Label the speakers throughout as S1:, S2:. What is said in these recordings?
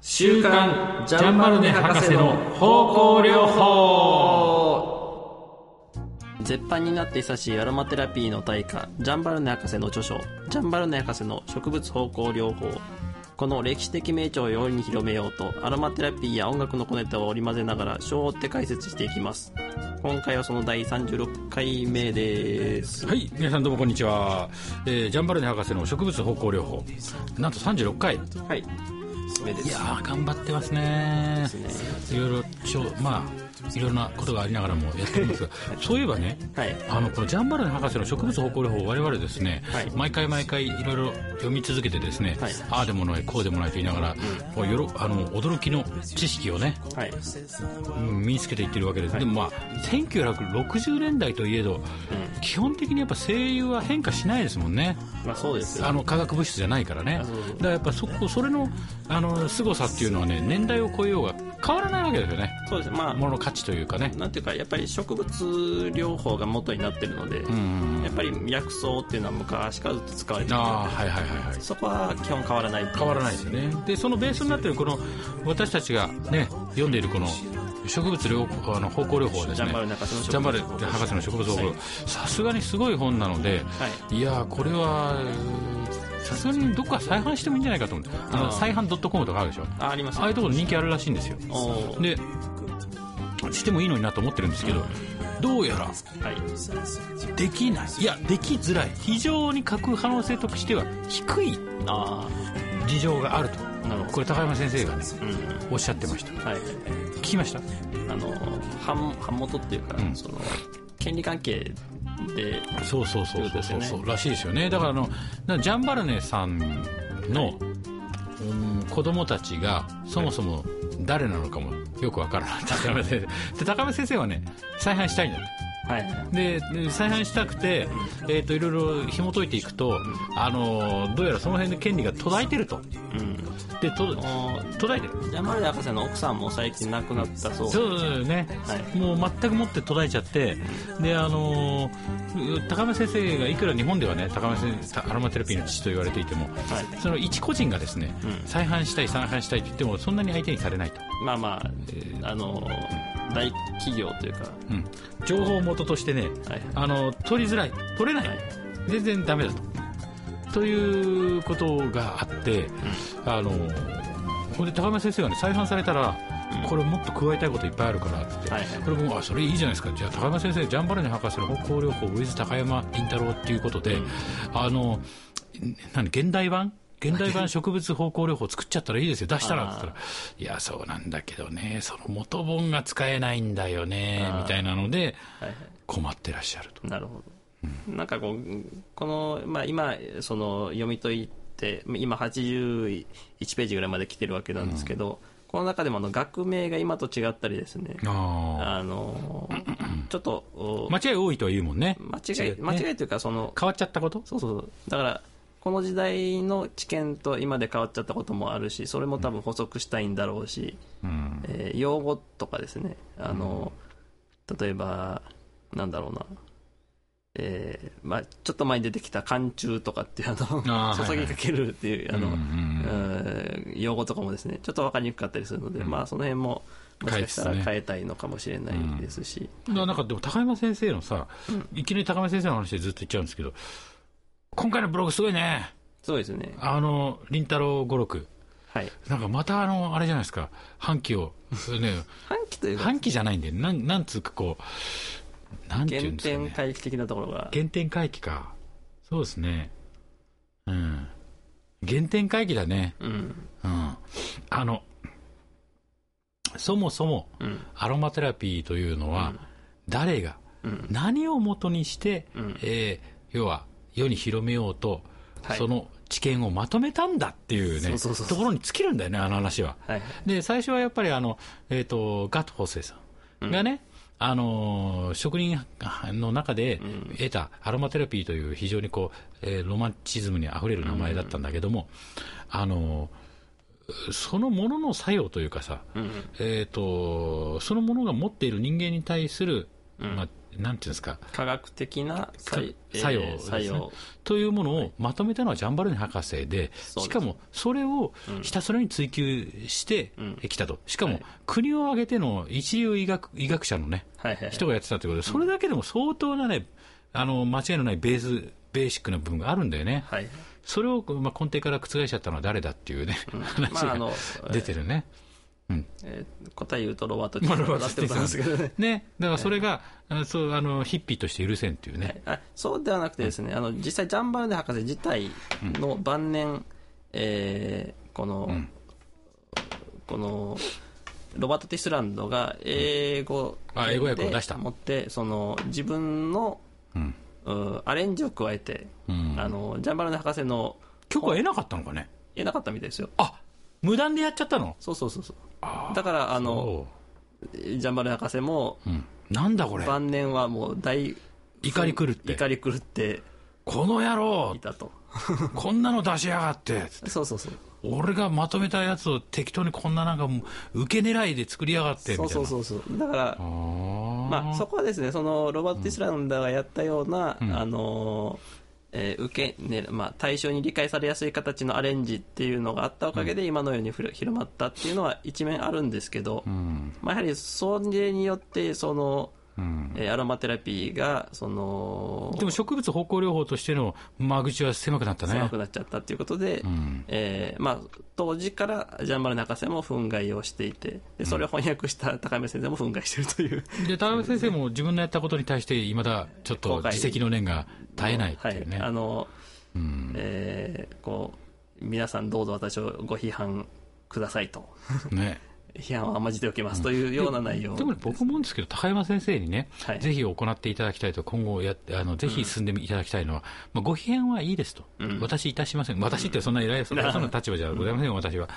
S1: 週刊ジャンバルネ博士の方向療法
S2: 絶版になって久しいアロマテラピーの大家ジャンバルネ博士の著書「ジャンバルネ博士の植物方向療法」この歴史的名著を世に広めようとアロマテラピーや音楽の小ネタを織り交ぜながら章を追って解説していきます今回はその第36回目です
S1: はい皆さんどうもこんにちは、えージャンバルネ博士の植物方向療法なんと36回い
S2: はい目です
S1: やー頑張ってますねいろいろちょまあいろんなことがありながらもやってるん ですがそういえばね
S2: はい
S1: あのこのジャンバルネ博士の植物方向療法我々ですね、
S2: はい
S1: 毎回毎回いろいろ読み続けてですね、
S2: はい
S1: ああでもないこうでもないと言いながら、こうよろあの驚きの知識をね
S2: はい
S1: うん身につけていってるわけです、でもまあ1960年代といえど、基本的にやっぱ声優は変化しないですもんね
S2: まあそうですよ
S1: あの化学物質じゃないからねだ
S2: そうそう
S1: からやっぱそこそれのあの凄さっていうのはね年代を超えようが変わらないわけですよね
S2: そうですまあ
S1: ものの価値というかね
S2: なんていうかやっぱり植物療法が元になってるので、やっぱり薬草っていうのは昔からずっと使われてる
S1: ああはいはいはいはい
S2: そこは基本変わらない
S1: 変わらないですよねでそのベースになってるこの私たちがね読んでいるこの植物療法あの方向療法はですね
S2: ジャンバル博士の植物
S1: ジャンバル博士の植物療法
S2: はい
S1: さすがにすごい本なので、い、やーこれはさすがにどっか再販してもいいんじゃないかと思ってあの
S2: あー
S1: 再販 .com とかあるでしょ
S2: ああります
S1: ああいうところ人気あるらしいんですよ
S2: おおー
S1: でしてもいいのになと思ってるんですけどどうやら
S2: はい
S1: できないいやできづらい非常に書く可能性としては低い
S2: あ
S1: 事情があると
S2: あなるほ
S1: これ高山先生がね
S2: どうん
S1: おっしゃってました
S2: はい
S1: 聞きました
S2: あの版版元っていうか、
S1: ん
S2: その権利関係で
S1: そうそうそうそうそう
S2: ってことです
S1: そ
S2: よ
S1: うらしいですよねだからあのなジャンバルネさんの、うん子供たちがそもそも誰なのかもよくわからない 高山先生で高山先生はね再販したいんだって
S2: はい
S1: でで再販したくて、えー、といろいろ紐解いていくと、あのーどうやらその辺の権利が途絶えてると
S2: うん
S1: でと
S2: あの
S1: 途絶えてる
S2: ジャンバル博士の奥さんも最近亡くなったそう
S1: そうだよね、
S2: はい
S1: もう全くもって途絶えちゃって、であのー高山先生がいくら日本ではね高山先生アロマテラピーの父と言われていても、
S2: はい
S1: その一個人がですね、
S2: うん
S1: 再販したい、再販したいと言っても、そんなに相手にされないと、
S2: まあまあ、あの大企業というか
S1: うん情報元としてね、
S2: はい
S1: あの取りづらい、取れない、
S2: はい
S1: 全然ダメだと。ということがあって、あのほんで高山先生がね再販されたら、これもっと加えたいこといっぱいあるからって言
S2: は
S1: っ
S2: い
S1: て、これもあそれいいじゃないですかじゃあ高山先生ジャンバルネ博士の方向療法 with 高山倫太郎っていうことで、あの何現代版現代 版植物方向療法作っちゃったらいいですよ出したらって言ったらいやそうなんだけどねその元本が使えないんだよね
S2: あー
S1: みたいなので
S2: はいはい
S1: 困ってらっしゃると
S2: なるほど。なんかこう、この、まあ今、その読み解いて、今81ページぐらいまで来てるわけなんですけど、この中でもあの学名が今と違ったりですね、
S1: あ
S2: あの、ちょっと、お
S1: ー間違い多いとは言うもんね
S2: 間違い、
S1: ね
S2: 間違いというかその、
S1: 変わっちゃったこと
S2: そうそうそう。だから、この時代の知見と今で変わっちゃったこともあるし、それも多分補足したいんだろうし、
S1: うん
S2: えー用語とかですねあの、例えばなんだろうなえーまあ、ちょっと前に出てきた寒中とかっていうあの
S1: あー
S2: 注ぎかけるっていうあの、
S1: うん
S2: うん用語とかもですねちょっと分かりにくかったりするので、まあ、その辺ももしかしたら
S1: 変えてね
S2: 変えたいのかもしれないですし、
S1: ななんかでも高山先生のさ、いきなり高山先生の話でずっと言っちゃうんですけど今回のブログすごいね
S2: そうですね
S1: あの倫太郎語録
S2: はい
S1: なんかまたあのあれじゃないですか半旗をね
S2: 半期というか
S1: 半旗じゃないんでなんなんつうかこうなんていうん
S2: 原
S1: ですか
S2: 点
S1: ね
S2: 回帰的なところが、
S1: 原点回帰かそうですねうん原点回帰だね
S2: うん
S1: うんあのそもそも
S2: うん
S1: アロマテラピーというのは、誰が
S2: うん
S1: 何をもとにして、
S2: うん
S1: えー要は世に広めようと、
S2: はい
S1: その知見をまとめたんだっていうね
S2: そうそうそう
S1: ところに尽きるんだよねあの話は
S2: はい
S1: で最初はやっぱりあの、えー、とガトホセさんがね、あのー職人の中で得たアロマテラピーという非常にこう、えーロマンチズムにあふれる名前だったんだけども、あのーそのものの作用というかさ、
S2: うん
S1: えー、とそのものが持っている人間に対する、まあ、なんていうんですか、
S2: 科学的な作,、
S1: 作用ですね
S2: 作用
S1: というものをまとめたのはジャンバルネ博士で、
S2: うです
S1: しかもそれをひたすらに追求して
S2: うん
S1: きたと、しか
S2: は
S1: も
S2: い
S1: 国を挙げての一流医学医学者の、ね、
S2: はいはいはい
S1: 人がやってたということで、それだけでも相当な、ね、あの間違いのないベース、ベーシックな部分があるんだよね、
S2: はい
S1: それを、まあ、根底から覆しちゃったのは誰だっていうね、 話
S2: まああ
S1: が
S2: の
S1: 出てるね。
S2: えー答え言うとロバート・
S1: まあロバート
S2: だってことなんですけどね
S1: ね、だからそれが、あのそうあのヒッピーとして許せんっていうね、
S2: はいあそうではなくてですね、あの実際ジャンバルネ博士自体の晩年、えーこの、このロバート・ティスランドが英語
S1: うんあ英語訳を出した
S2: 持ってその自分の、
S1: ん
S2: うんアレンジを加えて、
S1: ん
S2: あのジャンバルネ博士の
S1: 許可得なかったのかね、
S2: 言えなかったみたいですよ
S1: あ無断でやっちゃったの
S2: そうそうそうそうだからあの
S1: おう
S2: ジャンバルネ博士も
S1: うん、なんだこれ、
S2: 晩年はもう大
S1: 怒り狂って
S2: 怒り狂って
S1: この野郎
S2: い、たと
S1: こんなの出しやがって、
S2: そうそうそう
S1: 俺がまとめたやつを適当にこんななんかもう、受け狙いで作りやがってみたい
S2: そう
S1: な。
S2: そうそうそうだから
S1: あー
S2: まあ、そこはですねそのロバート・ディスランダーがやったような、あのえー受けねまあ、対象に理解されやすい形のアレンジっていうのがあったおかげで、今のようにふる広まったっていうのは一面あるんですけど、
S1: うん
S2: まあ、やはりそれによってその、
S1: うん
S2: えーアロマテラピーがその
S1: でも植物方向療法としての間口は狭くなったね。
S2: 狭くなっちゃったっていうことで、
S1: ん
S2: えーまあ、当時からジャンバル博士も憤慨をしていてでそれを翻訳した高宮先生も憤慨してるという
S1: で、田辺先生も自分のやったことに対して、いまだちょっと
S2: 後悔
S1: 自責の念が絶えないっていうね。
S2: はあの、
S1: うん
S2: えーこう皆さんどうぞ私をご批判くださいと
S1: ね
S2: 批判を甘じておきますというような内容
S1: でもね僕思うんですけど、高山先生にね、
S2: はい
S1: ぜひ行っていただきたいと、今後やってあの、ぜひ進んでいただきたいのは、まあ、ご批判はいいですと、私いたしません、私ってそんな偉い、そんなそんな立場じゃございませんよ、私は。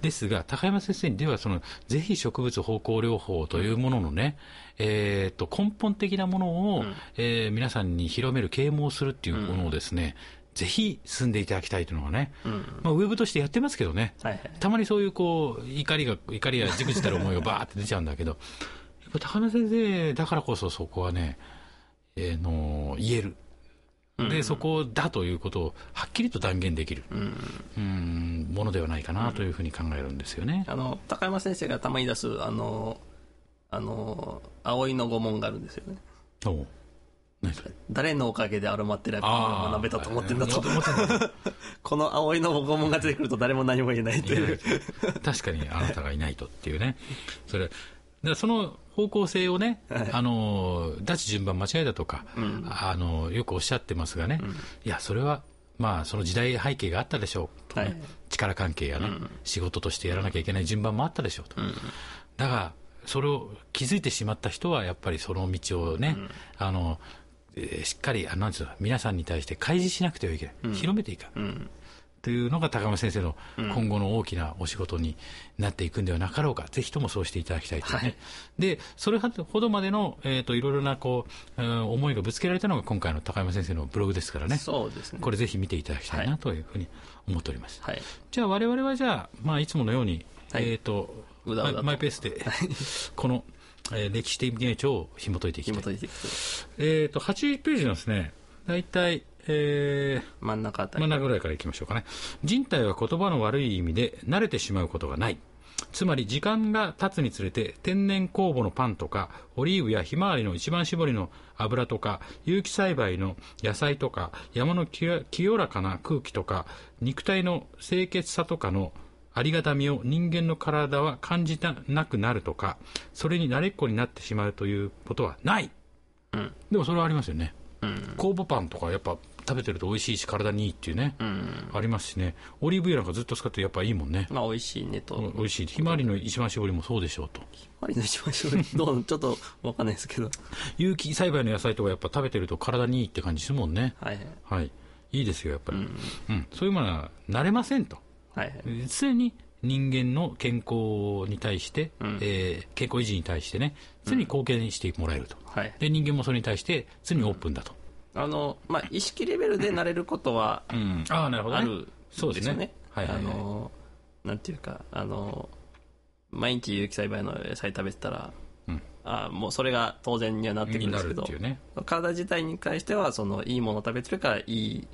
S1: ですが、高山先生にではその、ぜひ植物方向療法というもののね、えー、と根本的なものを、えー皆さんに広める、啓蒙するっていうものをですね、ぜひ進んでいただきたいというのがね、まあ、ウェブとしてやってますけどね、
S2: はいはい
S1: たまにそういうこう怒りが怒りやじくじたる思いがバーって出ちゃうんだけどやっぱ高野先生だからこそそこはね、えーの言えるでそこだということをはっきりと断言できるうんものではないかなというふうに考えるんですよね。
S2: あの高山先生がたまに出すあのあの葵の御紋があるんですよね
S1: おう何それ
S2: 誰のおかげでアロマテラピー
S1: あー
S2: を学べたと思ってんだと
S1: 思ってんだ
S2: この葵の御紋が出てくると誰も何も言えないという
S1: 確かにあなたがいないとっていうねそれだからその方向性をね、あの出す順番間違いだとか、あのよくおっしゃってますがね、いやそれはまあその時代背景があったでしょうとね、
S2: はい
S1: 力関係やね、仕事としてやらなきゃいけない順番もあったでしょうと、だがそれを気づいてしまった人はやっぱりその道をね、あのえーしっかりあなんていうの皆さんに対して開示しなくてはいけない、広めていかなというのが高山先生の今後の大きなお仕事になっていくんではなかろうか、ぜひともそうしていただきたいというね、
S2: はい
S1: でそれほどまでの、えー、といろいろなこう、うん思いがぶつけられたのが今回の高山先生のブログですからね、
S2: そうですね
S1: これぜひ見ていただきたいなというふうに思っております。
S2: はい
S1: じゃあ、我々はじゃあ、まあ、いつものように、
S2: はい
S1: えっ、と、
S2: うだうだと
S1: マイマイペースで、 この、えー歴史的名著を紐解いていき
S2: 紐
S1: たい。
S2: 解いていくと
S1: えっ、と、81ページのですね、大体、えー、
S2: 真ん中あた
S1: 真
S2: り
S1: ん中ぐらいからいきましょうかね人体は言葉の悪い意味で慣れてしまうことがないつまり時間が経つにつれて天然酵母のパンとかオリーブやひまわりの一番搾りの油とか有機栽培の野菜とか山の清清らかな空気とか肉体の清潔さとかのありがたみを人間の体は感じたなくなるとかそれに慣れっこになってしまうということはない、
S2: ん
S1: でもそれはありますよね
S2: うん
S1: 酵母パンとかやっぱ食べてると美味しいし体にいいっていうね、
S2: うん
S1: ありますしねオリーブ油なんかずっと使ってやっぱいいもんね、
S2: まあ美味しいねと
S1: 美味しいひまわりの一番搾りもそうでしょうと
S2: マリの一番搾りどうちょっとわかんないですけど。
S1: 有機栽培の野菜とかやっぱ食べてると体にいいって感じするもんね
S2: はいはい。
S1: はいいいですよやっぱり、うんそういうものは慣れませんと
S2: はいはい。
S1: 常に人間の健康に対して、
S2: ん
S1: えー健康維持に対してね常に貢献してもらえると、
S2: はい。
S1: で人間もそれに対して常にオープンだと、
S2: あの、まあ、意識レベルで慣れることは
S1: ああなるほど、
S2: あ
S1: ね、
S2: るんです
S1: そ
S2: よね。
S1: うですねはいはいはい
S2: あの、なんていうか、あの、毎日有機栽培の野菜食べてたら、
S1: うん
S2: あもうそれが当然にはなってくる
S1: に
S2: んで
S1: な
S2: すけ
S1: るっ
S2: ど
S1: ていうね。
S2: 体自体に関してはそのいいものを食べてるからいい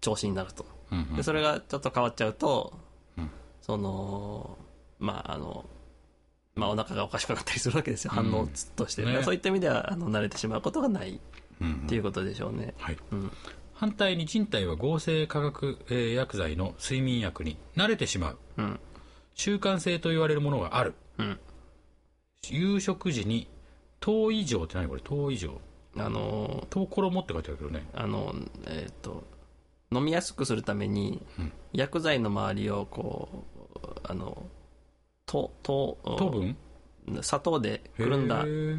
S2: 調子になると
S1: うんうん
S2: でそれがちょっと変わっちゃうと、
S1: うん
S2: そのまああのまあお腹がおかしくなったりするわけですよ反応として、
S1: うんね
S2: だからそういった意味ではあの慣れてしまうことがないっ
S1: うんうん
S2: ていうことでしょうね、
S1: はい
S2: うん
S1: 反対に人体は合成化学、えー薬剤の睡眠薬に慣れてしまう
S2: うん
S1: 習慣性と言われるものがある
S2: うん
S1: 夕食時に糖以上って何これ糖以上
S2: あの
S1: 糖衣って書いてあるけどね
S2: あのえっ、と飲みやすくするために、
S1: うん
S2: 薬剤の周りをこうあの糖糖
S1: 糖分
S2: 砂糖でくるん
S1: へ
S2: だ
S1: ー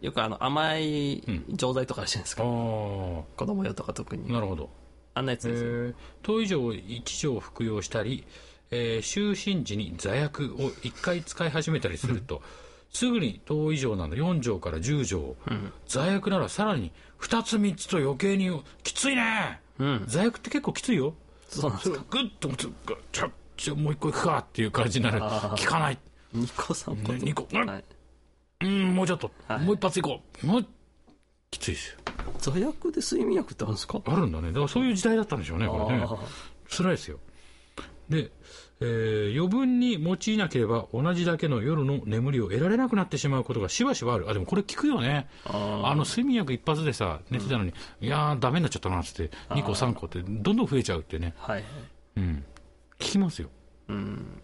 S2: よくあの甘い
S1: ん
S2: 錠剤とかあるじゃないです
S1: あ
S2: か、子供用とか特
S1: あ
S2: に
S1: なるほど
S2: あんなやつですよ、
S1: えー糖以上を1錠服用したり、えー就寝時に座薬を1回使い始めたりする とすぐに糖以上など4錠から10錠、
S2: ん
S1: 座薬ならさらに2つ3つと余計にきついね
S2: うん
S1: 座薬って結構きついよ
S2: そうなんです
S1: それをグッと持つグッちょちょもう一個いくかっていう感じになる効かない
S2: ニコさんこと、
S1: ねニコうん
S2: はい、
S1: うんもうちょっと、
S2: はい
S1: もう一発いこうもうきついですよ
S2: 座薬で睡眠薬ってあるんですか
S1: あるんだねだからそういう時代だったんでしょうねこれね
S2: あー
S1: 辛いですよで、えー余分に用いなければ同じだけの夜の眠りを得られなくなってしまうことがしばしばあるあでもこれ聞くよね
S2: あ
S1: あの睡眠薬一発でさ寝てたのに、いやーダメになっちゃったなっつって2個3個ってどんどん増えちゃうってね
S2: ーはい
S1: うん聞きますよ
S2: うん、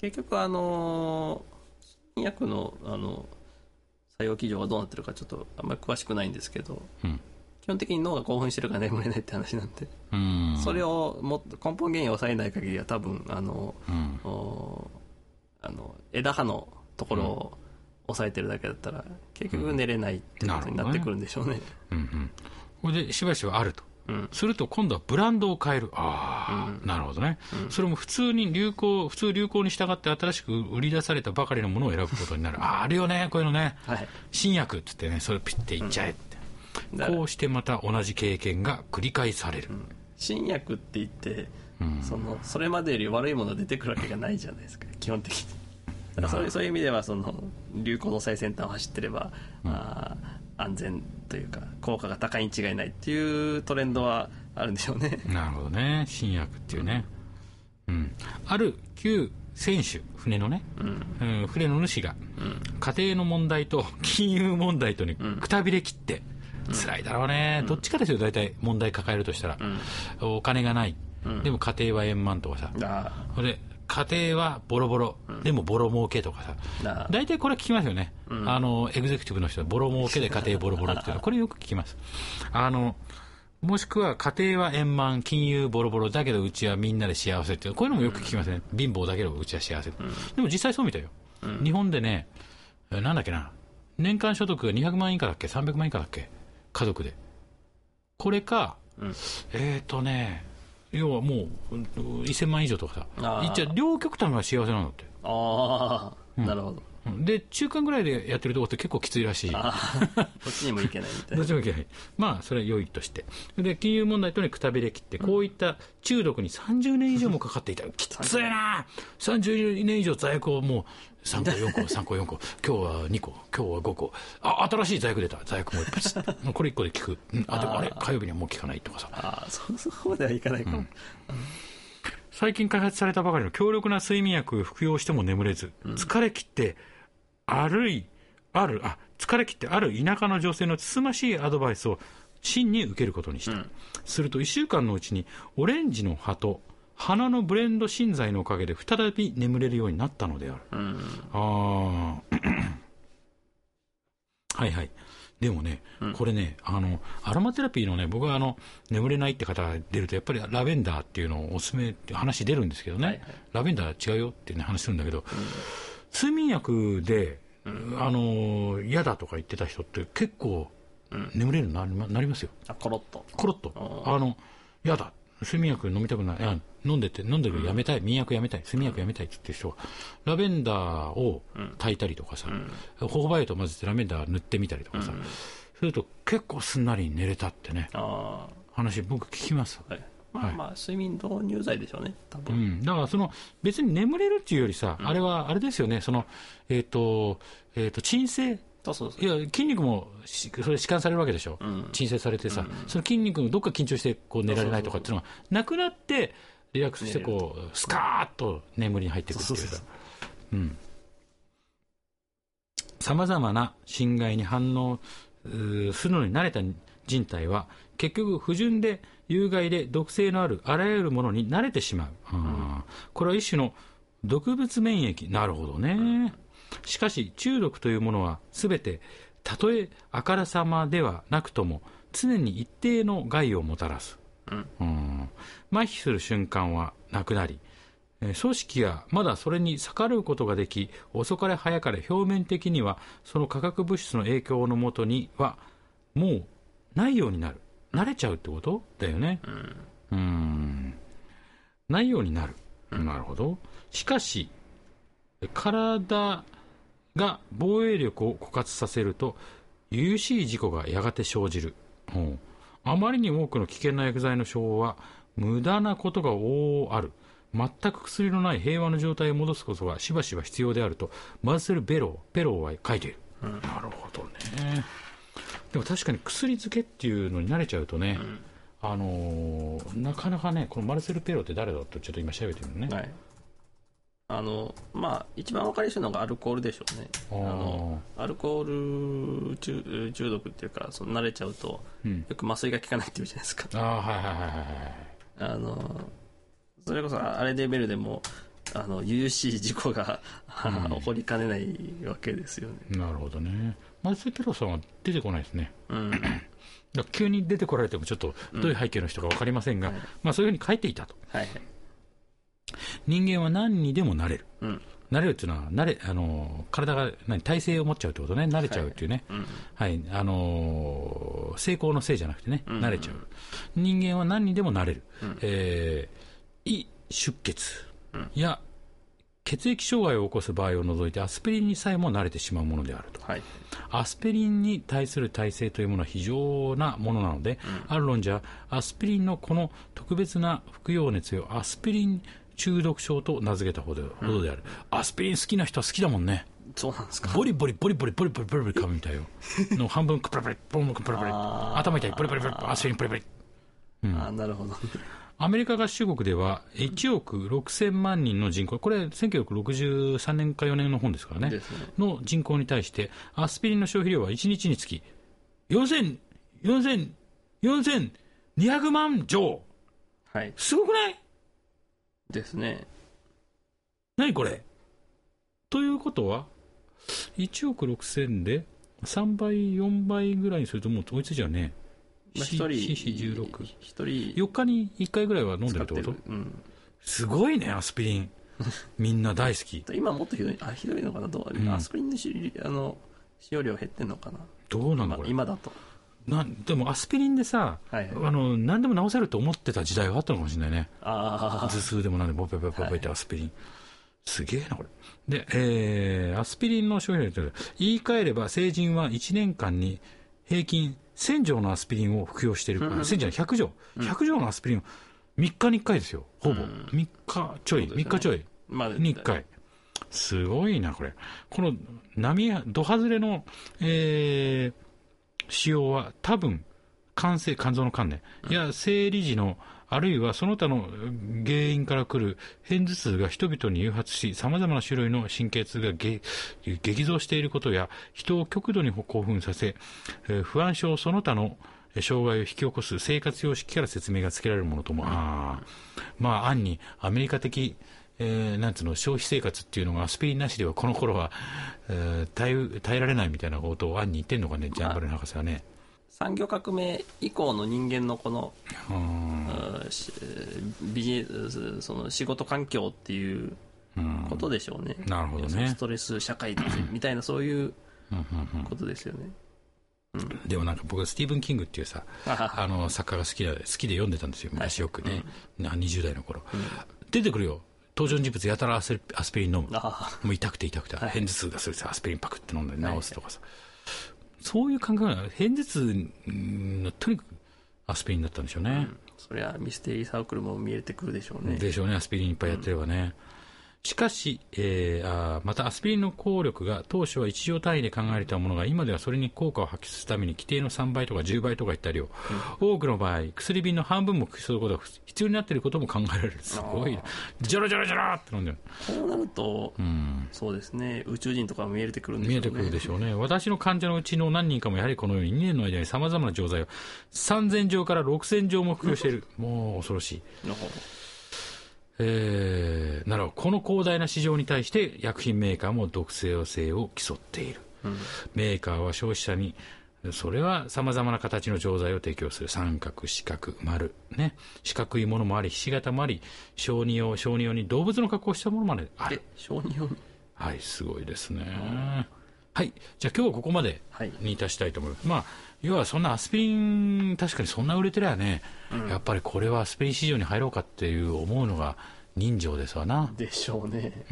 S2: 結局あのー新薬のあの作用基準がどうなってるかちょっとあんまり詳しくないんですけど、
S1: うん
S2: 基本的に脳が興奮してるから眠れないって話なんで、
S1: うん
S2: それをもっと根本原因を抑えない限りは多分あの
S1: うん
S2: おあの枝葉のところを押さえてるだけだったら、結局寝れないってことになってくるんでしょうね。
S1: うんうんこれでしばしばあると
S2: うん
S1: すると今度はブランドを変えるああ、なるほどね、それも普通に流行普通流行に従って新しく売り出されたばかりのものを選ぶことになるあーあるよねこういうのね
S2: はい。
S1: 新薬っつってねそれピッていっちゃえって、
S2: だから
S1: こうしてまた同じ経験が繰り返される、
S2: 新薬って言って、そのそれまでより悪いもの出てくるわけがないじゃないですか基本的にだからそういうそういう意味ではその流行の最先端を走ってれば、あー安全というか効果が高いに違いないっていうトレンドはあるんでしょうね
S1: なるほどね新薬っていうね、うん、ある旧船主船のね、うん船の主が、家庭の問題と 金融問題とにくたびれ切って、辛いだろうね、どっちかですよ大体問題抱えるとしたら、お金がない、でも家庭は円満とかさ
S2: あ
S1: それで家庭はボロボロ、でもボロ儲けとかさ
S2: ーなあ
S1: 大体これ聞きますよね、あのエグゼクティブの人はボロ儲けで家庭ボロボロっていうのはこれよく聞きますあのもしくは家庭は円満金融ボロボロだけどうちはみんなで幸せっていうこういうのもよく聞きますね、貧乏だけどうちは幸せ、でも実際そうみたいよ、日本でねえなんだっけな年間所得が200万円以下だっけ300万円以下だっけ家族でこれか、
S2: うん
S1: えっ、ー、とね要はもううん1000万以上とか
S2: あ
S1: さ
S2: ー
S1: 一応両極端が幸せなんだって
S2: あー、なるほど
S1: うんで中間ぐらいでやってるとこって結構きついらしいど
S2: あーこっちにもいけないみたい
S1: っ
S2: な
S1: ちもいけないまあそれは良いとしてで金融問題とにくたびれきってこういった中毒に30年以上もかかってい たきついな30年以上座薬をもう3個4個3個4個 今日は2個今日は5個あ新しい座薬出た座薬もう一 発これ1個で効く、うんあでもあれ火曜日にはもう効かないとかさ
S2: ああそそこまではいかないかも、
S1: 最近開発されたばかりの強力な睡眠薬を服用しても眠れず、疲れ切ってあるいあるあ疲れ切ってある田舎の女性のつつましいアドバイスを真に受けることにした、すると1週間のうちにオレンジの葉と花のブレンド芯材のおかげで再び眠れるようになったのである
S2: うん
S1: ああ はいはいでもね、これねあのアロマテラピーのね僕はあの眠れないって方が出るとやっぱりラベンダーっていうのをおすすめって話出るんですけどね、
S2: はいはい
S1: ラベンダー違うよって、ね、話するんだけど、睡眠薬で、あの嫌だとか言ってた人って結構眠れるようになりまなりますよ
S2: あコロッと
S1: コロッと、あの、やだ、睡眠薬飲みたくない、あ飲んでて、飲んでるけどやめたい、眠薬やめたい、睡眠薬やめたいって言ってる人が、ラベンダーを炊いたりとかさ、ホホバイト混ぜてラベンダー塗ってみたりとかさ、すると結構すんなり寝れたってね、
S2: あ
S1: 話僕聞きます。
S2: あはいまあまあ睡眠導入剤でしょうね多
S1: う
S2: 分、
S1: ん、だからその別に眠れるっていうよりさ、あれはあれですよね、そのえっ、と、えっ、と、鎮静
S2: あそうです
S1: いや筋肉もしそれ弛緩されるわけでしょ、
S2: うん
S1: 鎮静されてさ、その筋肉のどっか緊張してこう寝られないとかっていうのがなくなって、リラックスしてこう、スカーッと眠りに入っていくっていう
S2: そうそう
S1: さ
S2: そ、
S1: さまざまな侵害に反応うーするのに慣れた人体は、結局、不純で有害で毒性のあるあらゆるものに慣れてしまう、あーこれは一種の毒物免疫、なるほどね。しかし中毒というものはすべてたとえあからさまではなくとも常に一定の害をもたらす、
S2: うん
S1: うん麻痺する瞬間はなくなりえー組織がまだそれに逆らうことができ遅かれ早かれ表面的にはその化学物質の影響のもとにはもうないようになる慣れちゃうってことだよねうんないようになる、なるほどしかし体が防衛力を枯渇させると由々しい事故がやがて生じる、うんあまりに多くの危険な薬剤の処方は無駄なことが多々ある全く薬のない平和の状態を戻すことがしばしば必要であるとマズセル・ベローペローは書いている、なるほどねでも確かに薬漬けっていうのに慣れちゃうとね、あのーなかなかねこのマルセル・ペローって誰だとちょっと今調べてみるね、
S2: はいあのまあ一番わかりやすいのがアルコールでしょうね
S1: あ
S2: あ
S1: ー
S2: のアルコール中中毒っていうかその慣れちゃうと、
S1: うん
S2: よく麻酔が効かないっていうじゃないですか
S1: ああはいはいはいはいはい
S2: あのそれこそあれレベルでもあの有々しい事故が 起こりかねないわけですよね
S1: なるほどね。松井ペロさんは出てこないですね。
S2: うん
S1: だから急に出てこられてもちょっとどういう背景の人か分かりませんが、
S2: はい
S1: まあそういうふうに書いていたと。
S2: はいはい
S1: 人間は何にでもなれる。
S2: うん
S1: 慣れるっていうのは、慣れ、あの、体が何、体勢を持っちゃうってことね。慣れちゃうっていうね。
S2: うん
S1: はい。あのー成功のせいじゃなくてね、
S2: ん
S1: 慣れちゃう。人間は何にでもなれる。
S2: うん
S1: えー胃出血
S2: うん
S1: や血液障害を起こす場合を除いてアスピリンにさえも慣れてしまうものであると。
S2: はい
S1: アスピリンに対する耐性というものは非常なものなので、ある論者はアスピリンのこの特別な服用熱をアスピリン中毒症と名付けたほどほどである、アスピリン好きな人は好きだもんね
S2: そうなんですか
S1: ボリボリボリボリボリボリボリボリ噛むみたいよの半分プラプラボンプラプ
S2: あ
S1: ラ
S2: ー
S1: 頭痛いプリプリプリアスピリンプリプリ
S2: あーなるほど
S1: アメリカ合衆国では1億6000万人の人口、これ、1963年か4年の本ですからね、
S2: ですね
S1: の人口に対して、アスピリンの消費量は1日につき4000、4000、4200万錠、
S2: はい
S1: すごくない
S2: ですね
S1: 何これということは、1億6000で3倍、4倍ぐらいにすると、もう追いついちゃうね、
S2: まあ、
S1: し
S2: 一人
S1: 4、
S2: 一人
S1: 4日に1回ぐらいは飲んでるってこと
S2: うん、
S1: すごいね、アスピ リン、みんな大好き。
S2: 今もっとひどいあひどいのかなどう、
S1: うん
S2: アスピリンのしあの使用量減ってんのかな、
S1: どうなの
S2: まあ
S1: これ、
S2: 今だと
S1: なんでもアスピリンでさ、
S2: はい
S1: あの何でも治せると思ってた時代があったのかもしれないね頭
S2: ああ
S1: 痛でもなんでもボペボペボペってアスピリン、すげえなこれで、えーアスピリンの消費量というのは言い換えれば成人は1年間に平均1000錠のアスピリンを服用しているから、1000じゃない100錠100錠のアスピリンを3日に1回ですよほぼ、3日ちょい、
S2: そうですね
S1: 3日ちょい
S2: まあ
S1: に1回すごいなこれこの波ど外れの、えー使用は多分肝性肝臓の肝ねいや生理時のあるいはその他のうん原因から来る片頭痛が人々に誘発し、様々な種類の神経痛がげ激増していることや、人を極度に興奮させ、えー不安症その他のえー障害を引き起こす生活様式から説明がつけられるものとも、あーまあ、暗にアメリカ的、えーなんつうの、消費生活っていうのがアスピリンなしではこの頃は、えー耐え耐えられないみたいなことを暗に言ってんのかね、ジャンバル博士はね。
S2: 産業革命以降の人間のこの、
S1: うん
S2: うんしビジネスその仕事環境っていうことでしょうね、
S1: なるほど
S2: その
S1: ね
S2: ス。トレス社会みたいなそういうことですよね、
S1: でもなんか僕はスティーブン・キングっていうさ、あの作家が好きで好きで読んでたんですよ、昔よくね、な20代の頃、出てくるよ、登場人物やたらアスアスピリン飲む、
S2: あ
S1: もう痛くて痛くて、
S2: はい
S1: 片頭痛がするさ、アスピリンパクって飲んで治すとかさ、そういう感覚なの、片頭痛のとにかくアスピリンだったんでしょうね、
S2: そりゃミステリーサークルも見えてくるでしょうね
S1: でしょうね、アスピリンいっぱいやってればね。しかし、えーあーまたアスピリンの効力が当初は1錠単位で考えられたものが今ではそれに効果を発揮するために規定の3倍とか10倍とかいった量、多くの場合薬瓶の半分も服することが必要になっていることも考えられるすごいなジョロジョロジョロって飲んじゃう
S2: こうなると、そうですね宇宙人とか見えてくるんで
S1: 見
S2: しょ
S1: え
S2: うね
S1: てくるでしょうね。私の患者のうちの何人かもやはりこのように2年の間に様々な錠剤を3000錠から6000錠も服用している。もう恐ろしい。
S2: なるほど
S1: えー、なるほど。この広大な市場に対して薬品メーカーも毒性性を競っている。メーカーは消費者に、それは様々な形の錠剤を提供する。三角、四角、丸。ね。四角いものもあり、ひし形もあり、小児用、小児用に動物の加工したものまである
S2: え。小児用
S1: はい、すごいですね。はい。じゃあ今日はここまで
S2: はい
S1: にいたしたいと思います。まあ、要はそんなアスピリン、確かにそんな売れてりゃね、やっぱりこれはアスピリン市場に入ろうかっていう思うのが人情ですわな。
S2: でしょうね、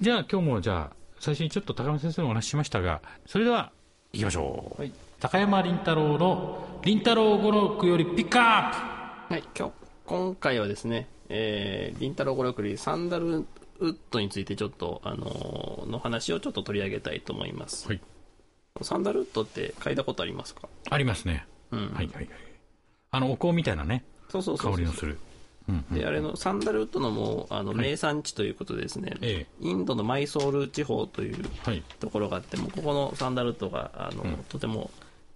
S1: じゃあ今日もじゃあ、最初にちょっと高山先生のお話ししましたが、それでは行きましょう。
S2: はい
S1: 高山林太郎の林太郎語録よりピックアッ
S2: はい、今日今回はですね、えー、りんたろごろくりサンダルウッドについてちょっと、あのーの話をちょっと取り上げたいと思います、
S1: プはい。
S2: サンダルウッドって嗅いだことありますか
S1: ありますね。
S2: うん
S1: はいはいはい。あの、お香みたいなね、
S2: そうそうそ
S1: 香
S2: う
S1: りのする。
S2: であれのサンダルウッドのもうあの名産地ということでですね、
S1: え
S2: インドのマイソール地方という
S1: はい。
S2: ところがあってもうここのサンダルウッドがあの、とても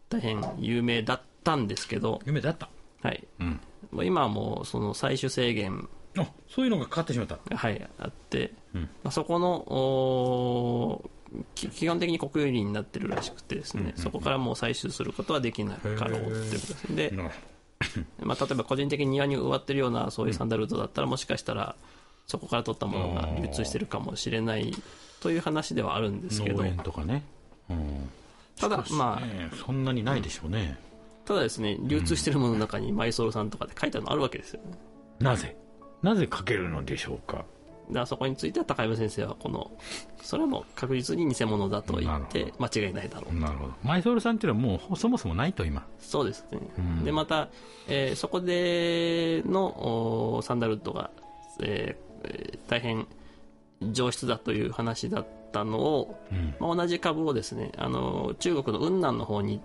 S2: 大変有名だったんですけど、
S1: 夢だった。
S2: はい、
S1: うん。
S2: もう今はもうその採取制限
S1: あそういうのがかかってしまった。
S2: が、はい、あって、
S1: うん
S2: まあ、そこのおーき基本的に国有林になってるらしくてですね、そこからもう採取することはできない可能っていうことですで、
S1: なるほ
S2: まあ、例えば個人的に庭に植わってるようなそういうサンダルウッドだったらもしかしたらそこから取ったものが流通してるかもしれないという話ではあるんですけ
S1: ど
S2: ど
S1: 農園とかね。うん、
S2: ただまあ
S1: ねそんなにないでしょうね。
S2: ただですね流通してるものの中にマイソールさんとかで書いてあるのあるわけですよね
S1: なぜなぜかけるのでしょうか。
S2: だからそこについては高山先生はこのそれはもう確実に偽物だと言って間違いないだろう
S1: なるほど。マイソールさんっていうのはもうそもそもないと今。
S2: そうですね、でまた、えーそこでのおーサンダルウッドが、えーえー大変上質だという話だったのを、
S1: うん
S2: まあ、同じ株をですねあのー中国の雲南の方に、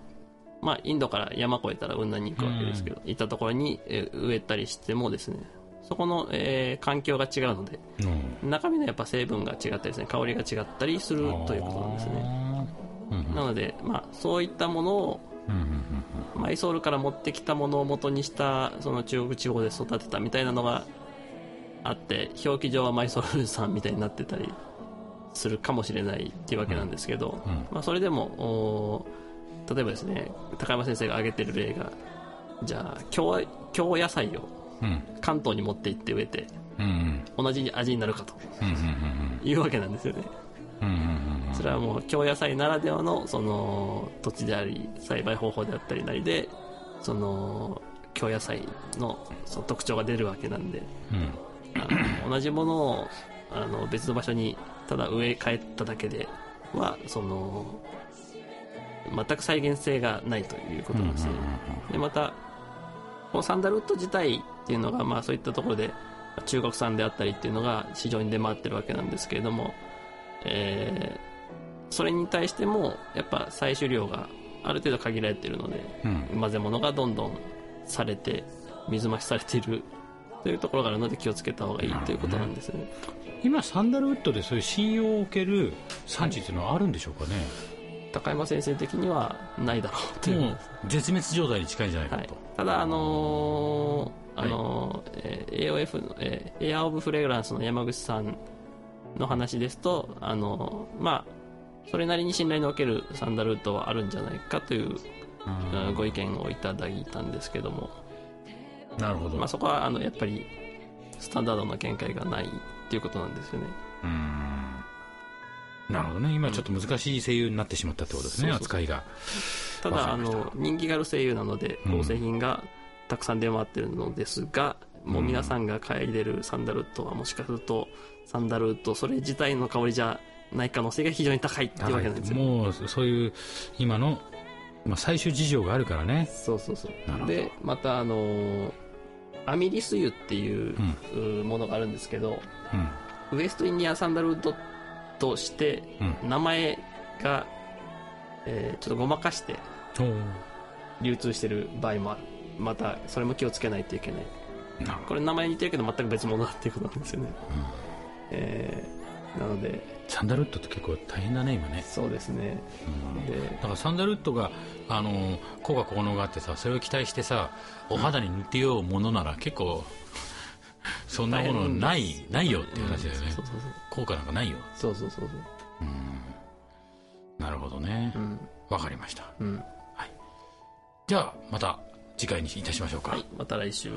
S2: まあ、インドから山越えたら雲南に行くわけですけど、行ったところに、えー植えたりしてもですねそこの、えー環境が違うので
S1: うん。
S2: 中身のやっぱ成分が違ったりですね香りが違ったりするということなんですね
S1: あー。うん
S2: なので、まあ、そういったものを
S1: うんうん
S2: マイソールから持ってきたものを元にしたその中国地方で育てたみたいなのがあって表記上はマイソールさんみたいになってたりするかもしれないっていうわけなんですけど、
S1: うんうん
S2: まあ、それでもお例えばですね高山先生が挙げてる例がじゃあ京京野菜を
S1: うんうん
S2: 関東に持って行って植えて
S1: うんうん
S2: 同じ味になるかと
S1: うんうんうん
S2: いうわけなんですよね
S1: うんうんうん
S2: それはもう京野菜ならではのその土地であり栽培方法であったりなりでその京野菜のその特徴が出るわけなんで
S1: うん
S2: あの同じものをあの別の場所にただ植え替えただけではその全く再現性がないということなんですねでまたこのサンダルウッド自体っていうのが、まあ、そういったところで中国産であったりっていうのが市場に出回ってるわけなんですけれども、えーそれに対してもやっぱ採取量がある程度限られてるので
S1: うん
S2: 混ぜ物がどんどんされて水増しされているというところがあるので気をつけた方がいいということなんですね
S1: 今サンダルウッドでそういう信用を受ける産地っていうのはあるんでしょうかね、
S2: 高山先生的にはないだろうという、
S1: もう絶滅状態に近いんじゃないか
S2: はい
S1: と、、
S2: ただあのーあのーえー AOF の、えーエアーオブフレグランスの山口さんの話ですとあのーまあそれなりに信頼のおけるサンダルウッドはあるんじゃないかというあーご意見をいただいたんですけども、
S1: なるほど、
S2: まあ、そこはあのやっぱりスタンダードの見解がないっていうことなんですよね
S1: うーんなるほどね、今ちょっと難しい声優になってしまったってことですね、
S2: そうそう
S1: 扱いが。
S2: た
S1: わ
S2: だ
S1: か
S2: あ
S1: りました
S2: の人気がある声優なので
S1: うん
S2: 構成品がたくさん出回ってるのですが、もう皆さんが嗅いでるサンダルウッドはもしかするとサンダルウッドそれ自体の香りじゃない可能性が非常に高いっていうわけなんですよ
S1: もうそういう今の、まあ、最終事情があるからね、
S2: そうそうそ
S1: なるほ
S2: う
S1: ど
S2: でまたあのアミリス油っていう
S1: うん
S2: うーものがあるんですけど
S1: うん
S2: ウエストインディアンサンダルウッドとして、
S1: う
S2: 名前が、えーちょっとごまかして
S1: おー
S2: 流通してる場合もある。また、それも気をつけないといけない。
S1: なるほ
S2: これ名前似てるけど全く別物だっていうことなんですよね。えーなので、
S1: どサンダルウッドって結構大変だね今ね、
S2: そうですね。
S1: うん
S2: で、
S1: だからサンダルウッドがあの効果効能があってさそれを期待してさお肌に塗ってようものなら結 構そんなものないないよっていう話だよね
S2: そうそうそう。
S1: 効果なんかないよ
S2: そうそうそうそう。
S1: なるほどね
S2: うん。
S1: わかりました
S2: うん。
S1: じゃあまた次回にいたしましょうか、
S2: はい、また来週。